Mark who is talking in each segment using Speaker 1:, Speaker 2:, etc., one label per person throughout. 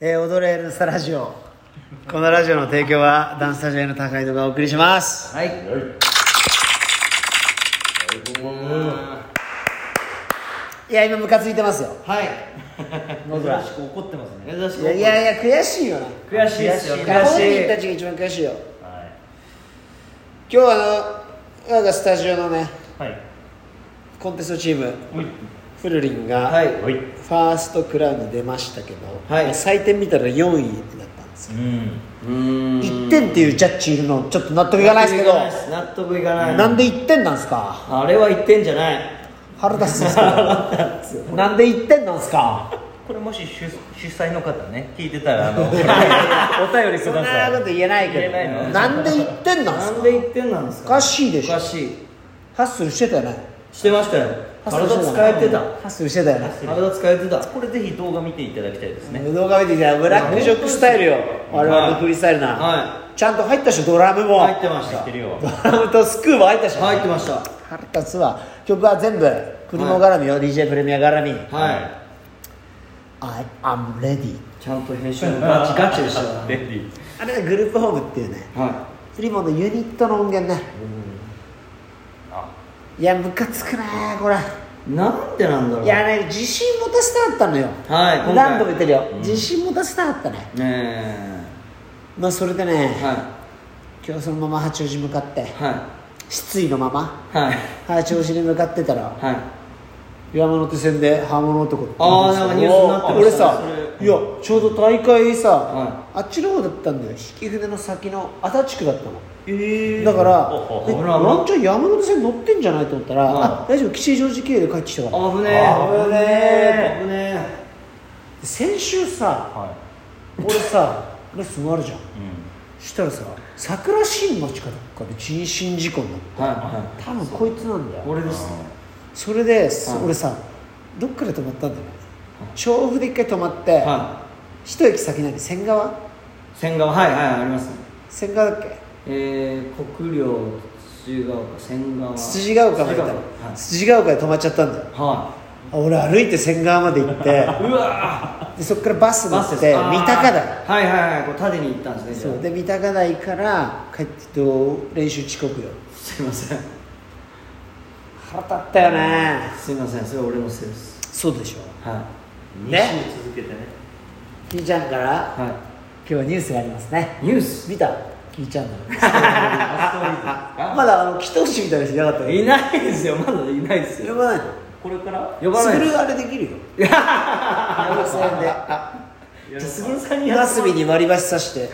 Speaker 1: えー踊れるサラジオこのラジオの提供はダンスタジオへの高井戸がお送りします
Speaker 2: はい
Speaker 3: はい。はい、こんばんは。
Speaker 1: いや今ムカついてますよ
Speaker 2: はい
Speaker 1: 僕ら
Speaker 2: 珍しく怒ってますね珍しく
Speaker 1: いやいやいや悔しいよな
Speaker 2: 悔しいですよ
Speaker 1: い
Speaker 2: 悔
Speaker 1: や本
Speaker 2: しい
Speaker 1: 人たちが一番悔しいよ
Speaker 2: は
Speaker 1: 今日はあの我がスタジオのね
Speaker 2: いはい
Speaker 1: コンテストチーム
Speaker 2: はい
Speaker 1: フルリンが、
Speaker 2: はい
Speaker 3: はい。
Speaker 1: ファーストクラウンに出ましたけど、
Speaker 2: はい
Speaker 1: 採点見たら4位だったんですよ、
Speaker 2: う
Speaker 3: う
Speaker 2: ん
Speaker 3: ん。
Speaker 1: 1点っていうジャッジいるのちょっと納得いかないですけど
Speaker 2: 納得いかない
Speaker 1: なんで1点なんですか
Speaker 2: あれは言ってんじゃない
Speaker 1: 腹立つんですけどなんで1点なんですか
Speaker 4: これもし主主催の方ね聞いてたらあのお便り
Speaker 1: そ
Speaker 4: く
Speaker 1: んな
Speaker 4: ださい
Speaker 1: こと言えないけ
Speaker 4: 言えない
Speaker 1: ど
Speaker 4: の
Speaker 1: なんで1点なんです
Speaker 2: な
Speaker 1: か
Speaker 2: んで言ってんなんです
Speaker 1: お
Speaker 2: か
Speaker 1: かしいでし
Speaker 2: おか
Speaker 1: ょ
Speaker 2: しい
Speaker 1: ハッスルしてたよね
Speaker 2: してましたよ
Speaker 1: ハッス
Speaker 2: 体
Speaker 1: ルして
Speaker 2: 使えてた
Speaker 1: ハッスルしてたよね
Speaker 2: 体使えてた
Speaker 4: これぜひ動画見ていただきたいですね
Speaker 1: 動画見てきたブラックジョックスタイルよ我々のフリースタイルな、
Speaker 2: は
Speaker 1: ちゃんと入ったでしょドラムも
Speaker 2: 入ってまし
Speaker 4: 知ったてるよ
Speaker 1: ドラムとスクーも入ったでしょ
Speaker 2: 入ってました
Speaker 1: 腹立つわ曲は全部クリモ絡みよ、DJ プレミア絡み
Speaker 2: は
Speaker 1: I am ready
Speaker 2: いちゃんと編集のガチガチで したよ
Speaker 4: レデ
Speaker 2: ね
Speaker 4: ィー
Speaker 1: あれがグループホームっていうね
Speaker 2: は
Speaker 1: クリモのユニットの音源ね
Speaker 4: あ
Speaker 1: いやムカつくなーこれ
Speaker 2: いなんでなんだろう
Speaker 1: いやね自信持たせたかったのよ
Speaker 2: はい今回
Speaker 1: 何度も言ってるよ、自信持たせたかったね
Speaker 2: ね
Speaker 1: まあそれで
Speaker 2: え
Speaker 1: ね、
Speaker 2: は
Speaker 1: 今日そのまま八王子向かって
Speaker 2: いはい
Speaker 1: 失意のまま
Speaker 2: はい
Speaker 1: 八王子に向かってたら
Speaker 2: はい
Speaker 1: 山手線で刃物男って
Speaker 2: あーなんかニュースになってましたね
Speaker 1: 俺さいやちょうど大会さ、
Speaker 2: は
Speaker 1: あっちの方だったんだよ引き船の先の足立区だったの
Speaker 4: え
Speaker 1: だから
Speaker 4: ほうほうほう
Speaker 1: で
Speaker 2: ほら
Speaker 1: ワンチャン山手線乗ってんじゃないと思ったら、
Speaker 2: はい
Speaker 1: あ大丈夫吉祥寺経由で帰ってきたから
Speaker 2: あぶね
Speaker 4: あ
Speaker 2: え
Speaker 4: 危ねえ
Speaker 2: 危ね
Speaker 1: 先週さ
Speaker 4: は
Speaker 1: 俺さレッスンあるじゃん
Speaker 4: い、うん、
Speaker 1: したらさ桜新町かどっかで人身事故になっ
Speaker 2: えはいは
Speaker 1: た多分こいつなんだよ
Speaker 2: い俺です
Speaker 1: それで、
Speaker 2: はい
Speaker 1: 俺さどっから泊まったんだろうね調布で一回泊まって、
Speaker 2: は
Speaker 1: 一駅先何千川
Speaker 2: い千川はいはいあります
Speaker 1: 千川だっけ
Speaker 2: えー国領土ヶ丘千川
Speaker 1: つつじが丘まで行ったの
Speaker 2: はい
Speaker 1: つつじが丘で泊まっちゃったんだよ
Speaker 2: は
Speaker 1: あ俺歩いて千川まで行って
Speaker 2: いうわ
Speaker 1: でそっからバス
Speaker 2: ー
Speaker 1: 乗
Speaker 2: バス
Speaker 1: っ
Speaker 2: です
Speaker 1: て
Speaker 2: あー
Speaker 1: 三鷹台
Speaker 2: はいはいはいこう縦に行ったんです
Speaker 1: そ
Speaker 2: ね
Speaker 1: うで三鷹台から帰ってと練習遅刻よ
Speaker 2: すすいません
Speaker 1: 腹立ったよね
Speaker 2: すいませんそれ俺のせいです
Speaker 1: そうでしょ
Speaker 2: は
Speaker 4: 2
Speaker 1: ね
Speaker 4: 週続けてね
Speaker 1: ひーちゃんから
Speaker 2: いは
Speaker 1: 今日はニュースがありますね
Speaker 2: いニュース
Speaker 1: 見たひーちゃ んのまだあの祈祷師みたいな人いなかったよ
Speaker 2: いないですよまだいないです
Speaker 1: 呼
Speaker 2: よ
Speaker 1: ばないの
Speaker 4: これから
Speaker 2: 呼ばないです
Speaker 1: すぐるあれできるよ山手線で
Speaker 2: じゃあ卓さんにや
Speaker 1: な
Speaker 2: って
Speaker 1: す
Speaker 2: もら
Speaker 1: びに割り箸刺して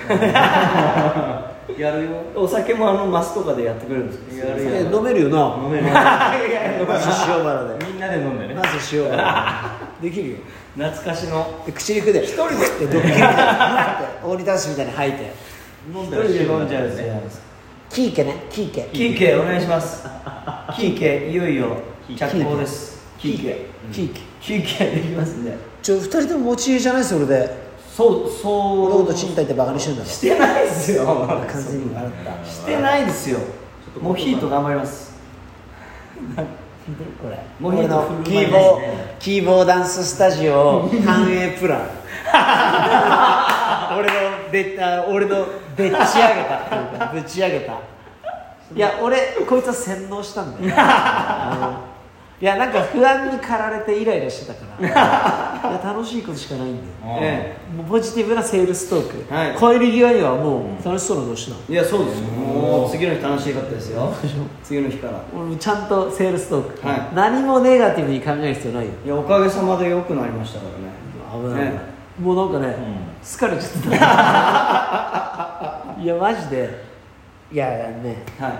Speaker 4: やるよ
Speaker 2: お酒もあのマスとかでやってくれるんです
Speaker 4: やる
Speaker 1: え飲めるよな
Speaker 4: 飲めるみ
Speaker 1: まず塩原 で
Speaker 4: んなで飲んでね
Speaker 1: まず塩原でできるよ
Speaker 2: 懐かしの
Speaker 1: で口にくで一人でってドッキリみたいなって大仁田氏みたいに吐いて
Speaker 4: 飲ん
Speaker 2: 一
Speaker 4: だ
Speaker 2: 人
Speaker 4: ら
Speaker 2: で飲
Speaker 4: 飲
Speaker 2: ん
Speaker 4: ん
Speaker 2: じ
Speaker 4: じ
Speaker 2: ゃ
Speaker 4: ゃ
Speaker 2: う
Speaker 4: う
Speaker 2: で
Speaker 4: んよ
Speaker 2: す
Speaker 4: ね
Speaker 2: ね
Speaker 1: キーケねキーケ
Speaker 2: キーケお願いしますキーケいよいよ
Speaker 4: キーケ
Speaker 2: 着工ですキーケ
Speaker 1: キーケ
Speaker 2: キーケできますんで
Speaker 1: ちょ二人とも持ち家じゃないそれで
Speaker 2: そうそう
Speaker 1: 俺のこと賃貸ってバカにしてんだろ
Speaker 2: してない ですよ
Speaker 1: 完全に笑った
Speaker 2: してないですよモヒート頑張ります
Speaker 1: これ
Speaker 2: モヒート
Speaker 1: 俺のキ
Speaker 2: 振る舞い
Speaker 1: ーボーキーボーダンススタジオ繁栄プラン 俺のであ俺のでっち上げたっていうかぶち上げたいや俺こいつは洗脳したんだ よあのいやなんか不安に駆られてイライラしてたから いや楽しいことしかないんだよ
Speaker 4: あー
Speaker 2: え
Speaker 1: もうポジティブなセールストーク、
Speaker 2: はい
Speaker 1: 超える際にはもう楽しそうなのしなの
Speaker 2: えいやそうですよもう次の日楽しかった ですよ次の日から
Speaker 1: 俺もちゃんとセールストーク、
Speaker 2: はい
Speaker 1: 何もネガティブに考える必要ないよ
Speaker 2: いやおかげさまで良くなりましたからね
Speaker 1: 危ない、
Speaker 2: ね
Speaker 1: もうなんかね、
Speaker 4: う
Speaker 1: 疲れちゃったいやマジでいやいやね
Speaker 2: はい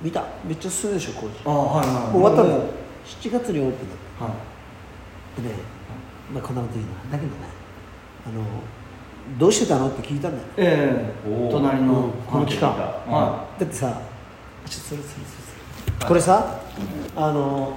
Speaker 1: 見ためっちゃ進むでしょ工事
Speaker 2: あはいはい
Speaker 1: もう終わったの
Speaker 2: もう
Speaker 1: 7月にオープンだっ
Speaker 2: はい
Speaker 1: たでね、まあ、こんなこと言うなだけどねあのどうしてたのって聞いたんだよ
Speaker 2: ええ
Speaker 4: おー
Speaker 2: 隣の、
Speaker 1: うんこの期間
Speaker 2: は
Speaker 1: だってさちょっとそれそれそれそれこれさあの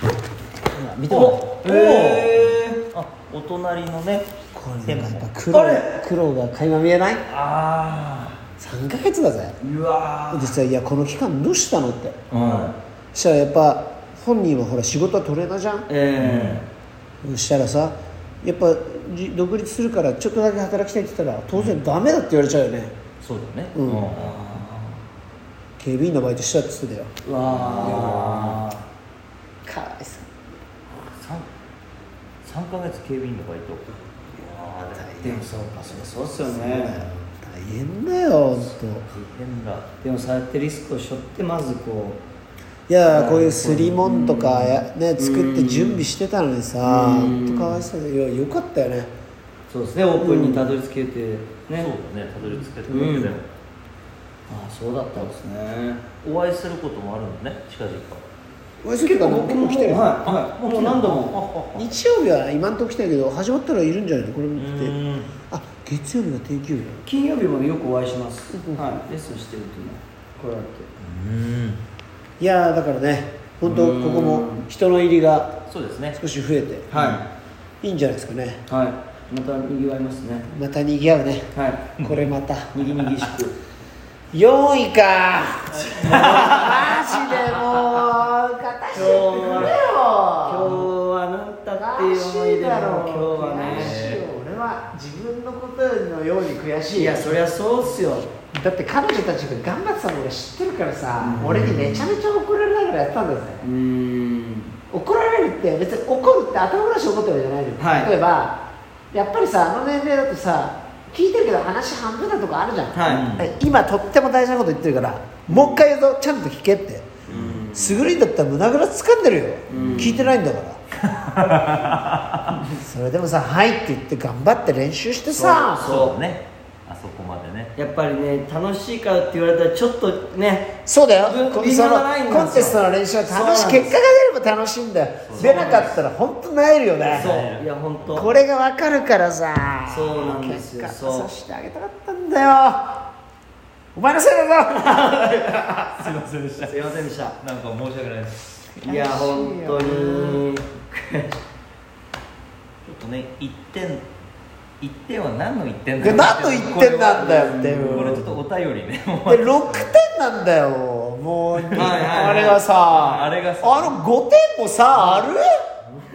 Speaker 1: ほら見ても
Speaker 2: いえ
Speaker 4: あお隣のね
Speaker 1: これなんかやっぱ
Speaker 2: あれ
Speaker 1: 黒黒が垣間見えない
Speaker 4: あ
Speaker 1: 3ヶ月だぜ
Speaker 2: えうわ
Speaker 1: でさ「いやこの期間どうしたの?」って
Speaker 4: あは
Speaker 1: そしたらやっぱ本人はほら仕事はトレーナーじゃん
Speaker 2: え
Speaker 1: そしたらさやっぱじ独立するからちょっとだけ働きたいって言ったら当然ダメだって言われちゃうよね、
Speaker 4: そうだね
Speaker 1: うん警備員のバイトしたって言ってたよ
Speaker 2: うわあ
Speaker 1: かわいそう
Speaker 4: 三三ヶ月警備員のバイト
Speaker 2: でもそうかそりゃそうっすよ
Speaker 1: 大
Speaker 2: ね
Speaker 1: 変だよ本
Speaker 4: 大変だ
Speaker 2: でもそうやってリスクを背負ってまずこう
Speaker 1: 当いやーこういうすりもんとかや、ね、作って準備してたのにさ
Speaker 2: うん
Speaker 1: 本当かわいそうでいやよかったよね
Speaker 2: そうですねオープンにたどり着けて
Speaker 4: ね
Speaker 2: ね
Speaker 4: そうだねたどり着けてくれて
Speaker 2: うんああそうだったんですね
Speaker 4: お会いすることもあるのね近々
Speaker 1: おいしいから
Speaker 2: 僕も
Speaker 1: 来てるよ
Speaker 2: はいはいもう何度も
Speaker 4: も
Speaker 1: 日曜日は今んとこ来たけど始まったらいるんじゃないのこれ
Speaker 4: う
Speaker 1: 見てて
Speaker 4: ん
Speaker 1: あ月曜日が定休日だ
Speaker 2: 金曜日もよくお会いします、
Speaker 1: うん
Speaker 2: はい、レッスンしてるとねこうやって
Speaker 1: いやーだからね本当
Speaker 2: うん
Speaker 1: ここも人の入りが
Speaker 4: そうですね
Speaker 1: 少し増えていいんじゃないですかね
Speaker 2: いはいまたにぎわいますね
Speaker 1: またにぎわうね
Speaker 2: はい
Speaker 1: これまた
Speaker 2: にぎにぎしく
Speaker 1: 4位かマジでもう勝たしてくれ
Speaker 2: 今日
Speaker 1: よ
Speaker 2: は何
Speaker 1: 今
Speaker 2: たっていう思い出の今日は
Speaker 1: 悔しい
Speaker 2: ね
Speaker 1: よ俺は自分のことのように悔しい
Speaker 2: いやそりゃそうっすよ
Speaker 1: だって彼女たちが頑張ってたの俺知ってるからさ、俺にめちゃめちゃ怒られながらやってたんだぜ、
Speaker 2: うーん
Speaker 1: 怒られるって別に怒るって頭ごなしに怒ってるわけじゃないのよ、
Speaker 2: はい
Speaker 1: 例えばやっぱりさあの年齢だとさ聞いてるけど話半分だとかあるじゃん、
Speaker 2: はい
Speaker 1: え今とっても大事なこと言ってるからもう一回言うぞちゃんと聞けって優れんだったら胸ぐら掴んでるよ聞いてないんだ からそれでもさ「はい」って言って頑張って練習してさ
Speaker 2: そう
Speaker 4: そうだねあそこまでね
Speaker 2: やっぱりね楽しいからって言われたらちょっとね
Speaker 1: そうだよ
Speaker 2: 自分
Speaker 1: こ
Speaker 2: 微
Speaker 1: そ
Speaker 2: 妙
Speaker 1: の
Speaker 2: なライン
Speaker 1: コ
Speaker 2: なん
Speaker 1: ン
Speaker 2: です
Speaker 1: テ
Speaker 2: よ
Speaker 1: ストの練習は楽しい
Speaker 2: そうなんです
Speaker 1: 結果が出れば楽しいんだよ出なかったら本当なえるよね
Speaker 2: そういや本当
Speaker 1: これが分かるからさ
Speaker 2: そうなんですよ
Speaker 1: 結
Speaker 2: そ
Speaker 1: 果さ
Speaker 2: う
Speaker 1: してあげたかったんだよお前のせいだぞ
Speaker 4: すいませんでし
Speaker 2: すいませんでした
Speaker 4: なんか申し訳ないです
Speaker 2: いや本当に
Speaker 4: ちょっとね一点一点は何の一点
Speaker 1: で何の1点なんだよって
Speaker 4: これちょっ
Speaker 1: で
Speaker 4: とお便りね
Speaker 1: 6点なんだよもう
Speaker 2: いはい
Speaker 1: あれがさ
Speaker 4: あれがさ
Speaker 1: あの5点もさある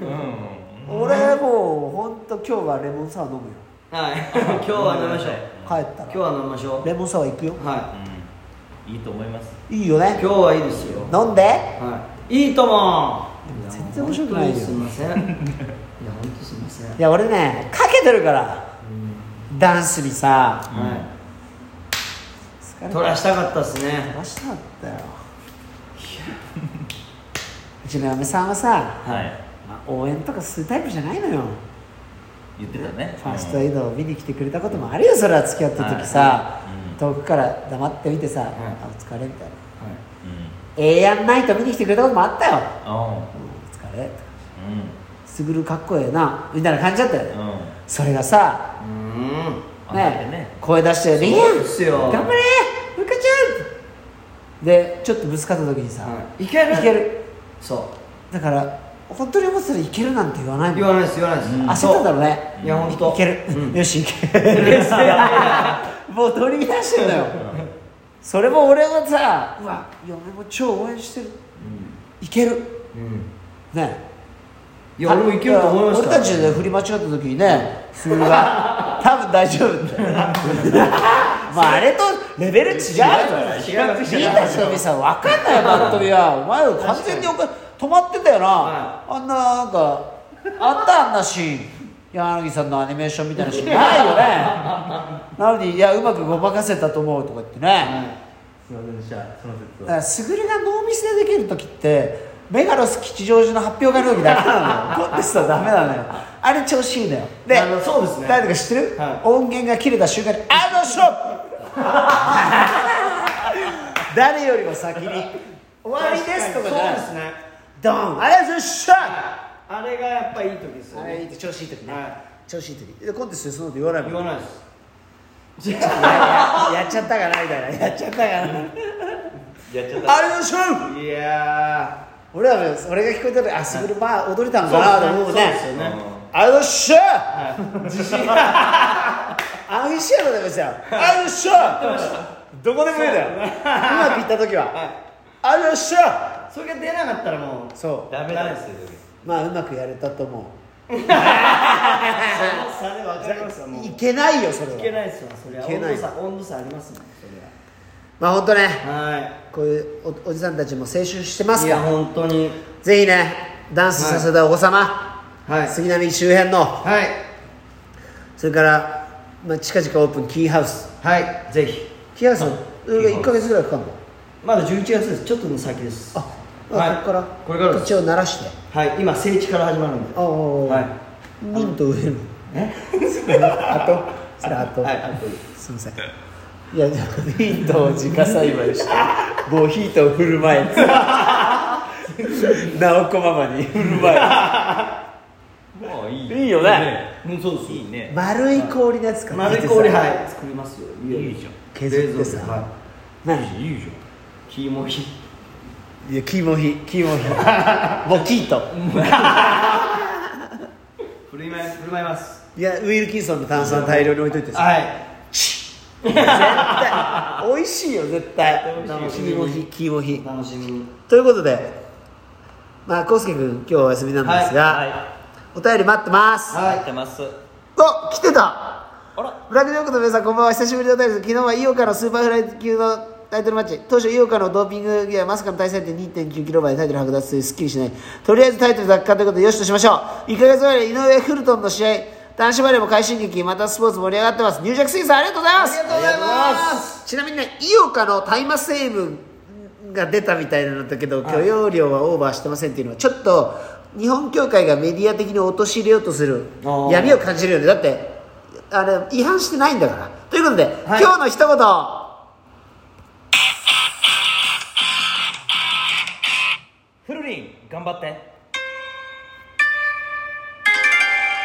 Speaker 4: うん
Speaker 1: 俺もう本当今日はレモンサワー飲むよ
Speaker 2: はい 今日は飲みましょう
Speaker 1: 帰った
Speaker 2: 今
Speaker 1: ら
Speaker 2: 日は飲みましょ
Speaker 1: レモンサワー行くよ
Speaker 2: うはい
Speaker 4: いいと思います
Speaker 1: いいよ
Speaker 2: 今
Speaker 1: ね
Speaker 2: 日はいいですよ
Speaker 1: 飲んで
Speaker 2: はいいいとも
Speaker 1: でも全然面白くないよ
Speaker 2: や本当にすいませんいや本当すいません
Speaker 1: いや俺ねかけてるからダンスにさ
Speaker 2: は
Speaker 1: 疲れ
Speaker 2: い
Speaker 1: た
Speaker 2: 取らしたかったですね
Speaker 1: マジだったようちの嫁さんはさ、
Speaker 4: はい
Speaker 1: まあ、応援とかするタイプじゃないのよ
Speaker 4: 言ってたね
Speaker 1: ファーストエイドを見に来てくれたこともあるよそれは付き合った時さ、遠くから黙って見てさ「あお疲れ」みたいな
Speaker 2: は
Speaker 4: うん
Speaker 1: 「ええやんないと見に来てくれたこともあったよ
Speaker 4: ああ
Speaker 1: 「うん、お疲れ」とか
Speaker 4: う
Speaker 1: 「すぐるかっこええな」みたいな感じだったよね、
Speaker 4: んうん
Speaker 1: それがさ
Speaker 2: いうーん
Speaker 4: あだっ
Speaker 1: ね
Speaker 4: てね
Speaker 1: 声出して「りん
Speaker 2: そうです
Speaker 1: 頑
Speaker 2: よ
Speaker 1: 張れうかちゃん!」でちょっとぶつかった時にさ「
Speaker 2: はいいける
Speaker 1: いける
Speaker 2: そ
Speaker 1: だから本当に思ってたらいけるなんて言わないも
Speaker 2: うん言わないです言わないです
Speaker 1: 焦ったんだろうね
Speaker 2: いや本当
Speaker 1: いける、
Speaker 2: うん
Speaker 1: よしいける もう取り乱してんだよそれも俺はさうわ嫁も超応援してるいける
Speaker 2: うん
Speaker 1: ね
Speaker 2: いや俺もいけると思いました
Speaker 1: 俺たちで振り間違った時にねそれが多分大丈夫って まああれとレベル違うじゃん
Speaker 2: 違う違う
Speaker 1: 見た人にさ分かんないよ番組はお前ら完全におか止まってたよな、
Speaker 2: は
Speaker 1: あんななんかあったあんなシーン柳さんのアニメーションみたいなシーンないよねなのにいやうまくごまかせたと思うとか言ってね、
Speaker 4: すいませんでしたその説
Speaker 1: だからすぐるがノーミスでできる時ってメガロス吉祥寺の発表会の時だけなの よコンテストはダメなのよあれ調子いいのよで
Speaker 2: あのそうですね
Speaker 1: 誰だか知ってる、
Speaker 2: はい
Speaker 1: 音源が切れた瞬間に「あの ショップ! 」誰よりも先に「終わりです」とかじゃない
Speaker 2: そうですね
Speaker 1: ドンありがとうございました
Speaker 2: あれがやっぱいい時ですよ
Speaker 1: あれいい
Speaker 2: ね
Speaker 1: って調子いい時ね、
Speaker 2: は
Speaker 1: 調子いい時でコンテストでそのこと言わないもん
Speaker 2: 言わないです
Speaker 1: やっちゃったかなみたいなやっちゃっ たかなあ
Speaker 4: やっちゃ
Speaker 1: り
Speaker 4: っ
Speaker 1: が
Speaker 4: た
Speaker 1: とうございました
Speaker 2: いや
Speaker 1: 俺らも俺が聞こえたらあすぐるまあ踊れたのかなと思うね
Speaker 2: そうですね
Speaker 1: あのっしゃ
Speaker 2: ー自信が
Speaker 1: あの日シアターでもしたよあのっしゃどこでもいいんだようまくいった時はあのっしゃ
Speaker 2: それが出なかったらもう
Speaker 1: そ
Speaker 4: ダメなんですよ
Speaker 1: うまあうまくやれたと思う
Speaker 2: わかりますよもう
Speaker 1: いけないよそれはい
Speaker 2: けないですよそれはい
Speaker 1: け
Speaker 2: 温
Speaker 1: ない
Speaker 2: 度差温度差ありますもん
Speaker 1: まあ本当
Speaker 2: そ
Speaker 1: ね
Speaker 2: れははい
Speaker 1: こういうおおじさんたちも青春してます
Speaker 2: い
Speaker 1: か
Speaker 2: や
Speaker 1: ら
Speaker 2: 本当に
Speaker 1: ぜひねダンスさせたお子様、
Speaker 2: はい
Speaker 1: 杉並周辺の
Speaker 2: はい
Speaker 1: それから、まあ、近々オープンキーハウス
Speaker 2: はいぜひ
Speaker 1: キーハウス
Speaker 4: ーハウス
Speaker 1: 1か月ぐらいかかるの
Speaker 2: まだ11月ですちょっとの先です
Speaker 1: あ、
Speaker 2: はい
Speaker 1: あここから
Speaker 2: これからです
Speaker 1: 土地を鳴らして
Speaker 2: はい今聖地から始まるんで
Speaker 1: ああ、
Speaker 2: はい
Speaker 1: ミント植えるの
Speaker 2: え
Speaker 1: あとそれあと、
Speaker 2: はいあと
Speaker 1: すみませんいやミントを自家栽培してもうヒートを振る 舞え直子ママに振る舞
Speaker 4: まあい
Speaker 1: いいよね
Speaker 4: うんそうですいいね
Speaker 1: 丸い氷のやつかな
Speaker 2: 丸い氷はい作りますよ
Speaker 4: い
Speaker 2: よよ
Speaker 4: いじゃん
Speaker 1: 削ってさ
Speaker 2: 冷蔵庫は
Speaker 1: 何
Speaker 4: いいじ
Speaker 2: いキモヒ
Speaker 1: いやキモヒキモヒ ボキート
Speaker 2: 振る舞い振る舞います
Speaker 1: いやウィルキンソンの炭酸大量に置いといてさ
Speaker 2: はい
Speaker 1: 絶対美味しいよ絶対
Speaker 2: 楽し
Speaker 1: キ
Speaker 2: みに
Speaker 1: モヒキモヒ
Speaker 2: 楽しみに
Speaker 1: ということでまあコウスケ君今日お休みなんですが、
Speaker 2: はい
Speaker 1: お便り待ってます、
Speaker 2: はい
Speaker 4: 入ってます
Speaker 1: お来てた
Speaker 4: あら
Speaker 1: ブラックジョークの皆さんこんばんは久しぶりのお便りです昨日は井岡のスーパーフライ級のタイトルマッチ当初井岡のドーピングやまさかの対戦で2 9キロまでタイトル剥奪というすっきりしないとりあえずタイトル奪還ということでよしとしましょう1ヶ月前の井上フルトンの試合男子バレーも快進撃またスポーツ盛り上がってますニュージャックスインさんありがとうございます
Speaker 2: ありがとうございます
Speaker 1: ちなみにね井岡の大麻成分が出たみたいなんだけど許容量はオーバーしてませんっていうのはちょっと日本協会がメディア的に陥れようとする
Speaker 2: あー
Speaker 1: 闇を感じるよねだってあれ違反してないんだからということで、
Speaker 2: はい
Speaker 1: 今日の一言
Speaker 4: フルリン頑張って